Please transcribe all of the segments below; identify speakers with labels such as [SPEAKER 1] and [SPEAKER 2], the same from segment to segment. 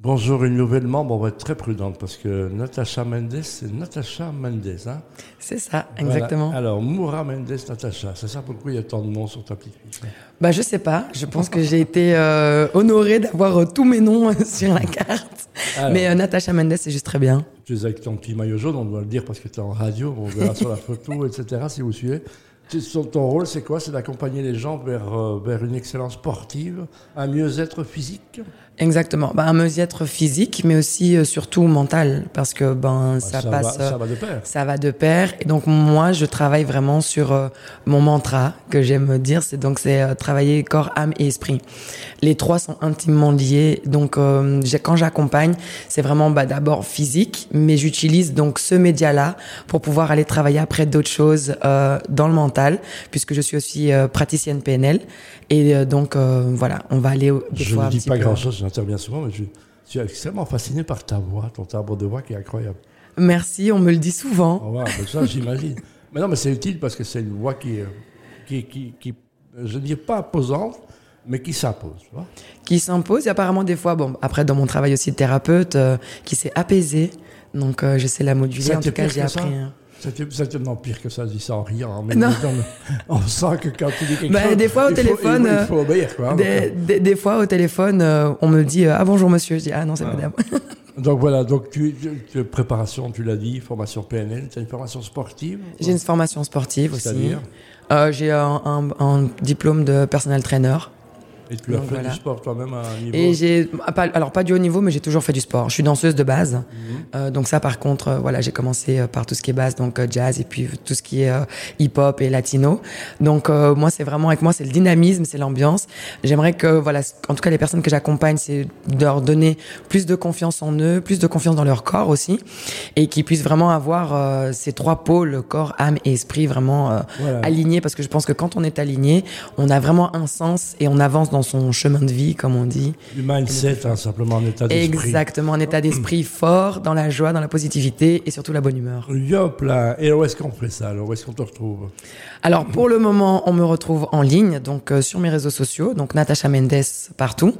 [SPEAKER 1] Bonjour, une nouvelle membre, on va être très prudente parce que Natacha Mendes, c'est Natacha Mendes. Hein
[SPEAKER 2] C'est ça,
[SPEAKER 1] Voilà. Ah.
[SPEAKER 2] exactement.
[SPEAKER 1] Alors, Moura Mendes, Natacha, c'est ça pourquoi il y a tant de noms sur ta petite liste.
[SPEAKER 2] Bah, je sais pas. Je pense que j'ai été euh, honorée d'avoir euh, tous mes noms euh, sur la carte.
[SPEAKER 1] Alors.
[SPEAKER 2] Mais euh, Natacha Mendes, c'est juste très bien.
[SPEAKER 1] Tu es avec ton petit maillot jaune, on doit le dire parce que tu es en radio, on verra sur la photo, etc. si vous suivez. Tu- son- Ton rôle, c'est quoi C'est d'accompagner les gens vers, euh, vers une excellence sportive, un mieux-être physique
[SPEAKER 2] Exactement. Bah, un mieux-être physique, mais aussi euh, surtout mental, parce que ben ça,
[SPEAKER 1] va-
[SPEAKER 2] passe.
[SPEAKER 1] Bah,
[SPEAKER 2] euh,
[SPEAKER 1] ça va de pair.
[SPEAKER 2] Ça va de pair. Et donc, moi, je travaille vraiment sur euh, mon mantra que j'aime dire. C'est donc, c'est euh, travailler corps, âme et esprit. Les trois sont intimement liés. Donc, euh, j'ai- quand j'accompagne, c'est vraiment bah, d'abord physique, mais j'utilise donc ce média-là pour pouvoir aller travailler après d'autres choses euh, dans le mental, puisque je suis aussi euh, praticienne PNL. Et euh, donc, euh, voilà, on va aller au- des
[SPEAKER 1] Je
[SPEAKER 2] fois
[SPEAKER 1] ne
[SPEAKER 2] un
[SPEAKER 1] dis
[SPEAKER 2] petit
[SPEAKER 1] pas
[SPEAKER 2] peu-
[SPEAKER 1] grand-chose, j'interviens souvent, mais je, je suis extrêmement fasciné par ta voix, ton timbre de voix qui est incroyable.
[SPEAKER 2] Merci, on me le dit souvent.
[SPEAKER 1] Au revoir, ben ça, j'imagine. Mais non, mais c'est utile parce que c'est une voix qui, est- qui, qui, qui je ne dis pas imposante, mais qui s'impose. tu vois.
[SPEAKER 2] qui s'impose. Et apparemment, des fois, bon, après, dans mon travail aussi de thérapeute, euh, qui s'est apaisé. Donc, euh, je sais la moduler.
[SPEAKER 1] Ça
[SPEAKER 2] En
[SPEAKER 1] t'est
[SPEAKER 2] tout cas,
[SPEAKER 1] pire
[SPEAKER 2] j'ai
[SPEAKER 1] que ça
[SPEAKER 2] appris. hein.
[SPEAKER 1] C'est tellement pire que ça, je dis ça en riant. hein, Mais
[SPEAKER 2] Non.
[SPEAKER 1] disons, on sent que quand tu dis quelque
[SPEAKER 2] Bah,
[SPEAKER 1] chose.
[SPEAKER 2] des fois,
[SPEAKER 1] il
[SPEAKER 2] au
[SPEAKER 1] faut-
[SPEAKER 2] téléphone, euh,
[SPEAKER 1] il faut, il faut obéir, quoi. hein,
[SPEAKER 2] Des, des, des fois, au téléphone, euh, on me dit euh, Ah bonjour monsieur. Je dis Ah non, c'est madame.
[SPEAKER 1] donc. Donc voilà, donc tu, tu- tu- préparation, tu l'as dit, formation PNL, tu as une formation sportive
[SPEAKER 2] j'ai une formation sportive aussi.
[SPEAKER 1] C'est-à-dire
[SPEAKER 2] Euh, j'ai un, un- un diplôme de personal trainer.
[SPEAKER 1] Et tu as
[SPEAKER 2] Donc,
[SPEAKER 1] fait
[SPEAKER 2] voilà.
[SPEAKER 1] du sport toi-même à un niveau.
[SPEAKER 2] Et j'ai, ah, pas- alors pas du haut niveau, mais j'ai toujours fait du sport. Je suis danseuse de base.
[SPEAKER 1] Mhm.
[SPEAKER 2] Euh, donc ça, par contre, euh, voilà, j'ai commencé euh, par tout ce qui est basse, donc euh, jazz, et puis euh, tout ce qui est euh, hip-hop et latino. Donc euh, moi, c'est vraiment avec moi, c'est le dynamisme, c'est l'ambiance. J'aimerais que, voilà, c- en tout cas, les personnes que j'accompagne, c'est de leur donner plus de confiance en eux, plus de confiance dans leur corps aussi, et qu'ils puissent vraiment avoir euh, ces trois pôles, corps, âme et esprit, vraiment euh,
[SPEAKER 1] Voilà.
[SPEAKER 2] alignés, parce que je pense que quand on est aligné, on a vraiment un sens et on avance dans son chemin de vie, comme on dit.
[SPEAKER 1] du mindset, hein, simplement en état d'esprit.
[SPEAKER 2] Exactement, un état d'esprit fort, dans la joie, dans la positivité et surtout la bonne humeur.
[SPEAKER 1] Yop là, et où est-ce qu'on fait ça alors Où est-ce qu'on te retrouve
[SPEAKER 2] Alors pour le moment, on me retrouve en ligne, donc euh, sur mes réseaux sociaux, donc Natacha Mendes partout.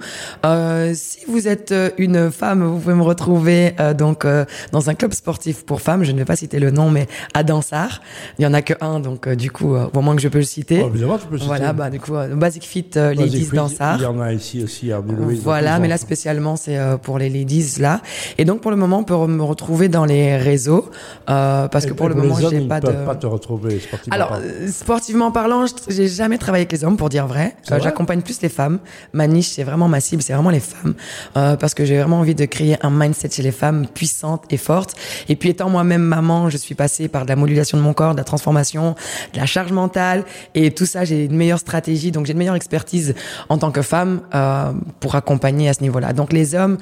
[SPEAKER 2] Euh, si vous êtes euh, une femme, vous pouvez me retrouver euh, donc euh, dans un club sportif pour femmes. Je ne vais pas citer le nom, mais à Dansard. Il y en a que un, donc euh, du coup, euh, au moins que je peux le citer.
[SPEAKER 1] Oh, Évidemment, tu peux citer.
[SPEAKER 2] voilà, bah du coup, euh, Basic Fit euh,
[SPEAKER 1] Vas-y,
[SPEAKER 2] Ladies
[SPEAKER 1] puis,
[SPEAKER 2] Dansard.
[SPEAKER 1] Il y en a ici aussi à Louis.
[SPEAKER 2] Voilà, mais là spécialement c'est euh, pour les ladies là. Et donc pour le moment on peut me retrouver dans les réseaux euh, parce que pour le moment
[SPEAKER 1] les hommes,
[SPEAKER 2] j'ai
[SPEAKER 1] ils
[SPEAKER 2] pas
[SPEAKER 1] ne peuvent
[SPEAKER 2] de.
[SPEAKER 1] pas te retrouver sportivement.
[SPEAKER 2] Alors
[SPEAKER 1] parlant.
[SPEAKER 2] euh, sportivement parlant, je- j'ai jamais travaillé avec les hommes pour dire vrai.
[SPEAKER 1] C'est
[SPEAKER 2] Euh,
[SPEAKER 1] vrai
[SPEAKER 2] J'accompagne plus les femmes. Ma niche c'est vraiment ma cible, c'est vraiment les femmes Euh, parce que j'ai vraiment envie de créer un mindset chez les femmes puissante et forte. Et puis étant moi-même maman, je suis passée par de la modulation de mon corps, de la transformation, de la charge mentale et tout ça. J'ai une meilleure stratégie, donc j'ai une meilleure expertise en tant que femme euh, pour accompagner à ce niveau-là. Donc les hommes,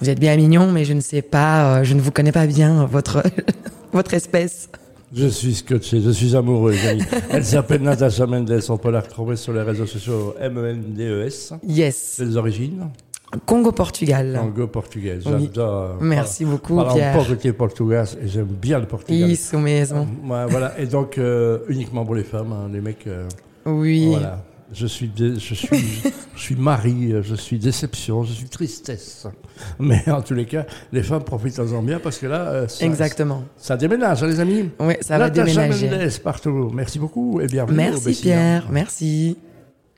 [SPEAKER 2] vous êtes bien mignons, mais je ne sais pas, euh, je ne vous connais pas bien euh, votre votre espèce.
[SPEAKER 1] Je suis scotché, je suis amoureux, les amis. Elle s'appelle Natacha Mendes, on peut la retrouver sur les réseaux sociaux E M-E-N-D-E-S.
[SPEAKER 2] Yes,
[SPEAKER 1] C'est les origines
[SPEAKER 2] Congo-Portugal.
[SPEAKER 1] Congo-portugaise.
[SPEAKER 2] Oui.
[SPEAKER 1] J'adore.
[SPEAKER 2] Merci beaucoup,
[SPEAKER 1] Voilà,
[SPEAKER 2] Pierre.
[SPEAKER 1] on porte portugais et j'aime bien le portugais.
[SPEAKER 2] Isso mesmo.
[SPEAKER 1] Ouais, voilà. Et donc, euh, uniquement pour les femmes, hein, les mecs. euh,
[SPEAKER 2] Oui.
[SPEAKER 1] Voilà. Je suis, dé- je suis, je suis mari, je suis déception, je suis tristesse. Mais en tous les cas, les femmes profitent en bien parce que là, euh, ça,
[SPEAKER 2] Exactement.
[SPEAKER 1] ça déménage, hein, les amis.
[SPEAKER 2] Oui, ça va
[SPEAKER 1] Natacha
[SPEAKER 2] déménager.
[SPEAKER 1] Mendes partout. Merci beaucoup et bienvenue. au
[SPEAKER 2] Merci
[SPEAKER 1] Bessin.
[SPEAKER 2] Pierre, merci.